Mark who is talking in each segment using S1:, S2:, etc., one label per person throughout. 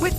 S1: With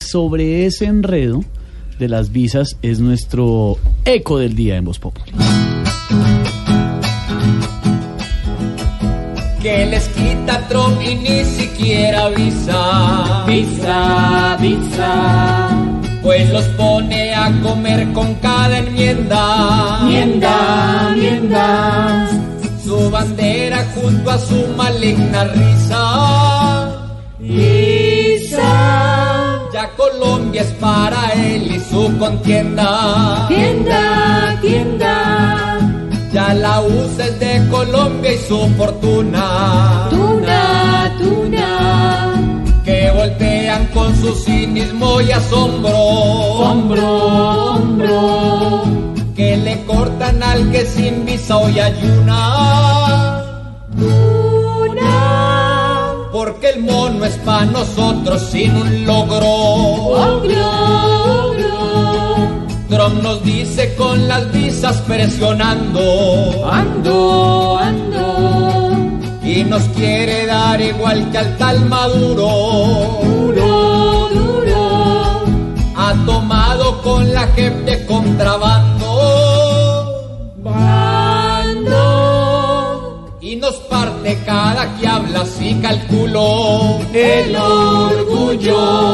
S2: Sobre ese enredo de las visas es nuestro eco del día en Voz Populi.
S3: que les quita Trump y ni siquiera visa. Visa, visa. Pues los pone a comer con cada enmienda. Enmienda, enmienda. Su bandera junto a su maligna risa. Risa. Ya Colombia es para él y su contienda. Tienda, tienda. Ya la usa es de Colombia y su fortuna. Tuna, tuna. Que voltean con su cinismo y asombro. Hombro, hombro. Que le cortan al que sin visa hoy ayuna. Luna. Porque el mono es para nosotros sin un logro. Trump nos dice con las visas presionando. Ando, ando. Y nos quiere dar igual que al tal Maduro. Duro, duro. Ha tomado con la gente contrabando. Bando. Y nos parte cada que habla, si calculo. El orgullo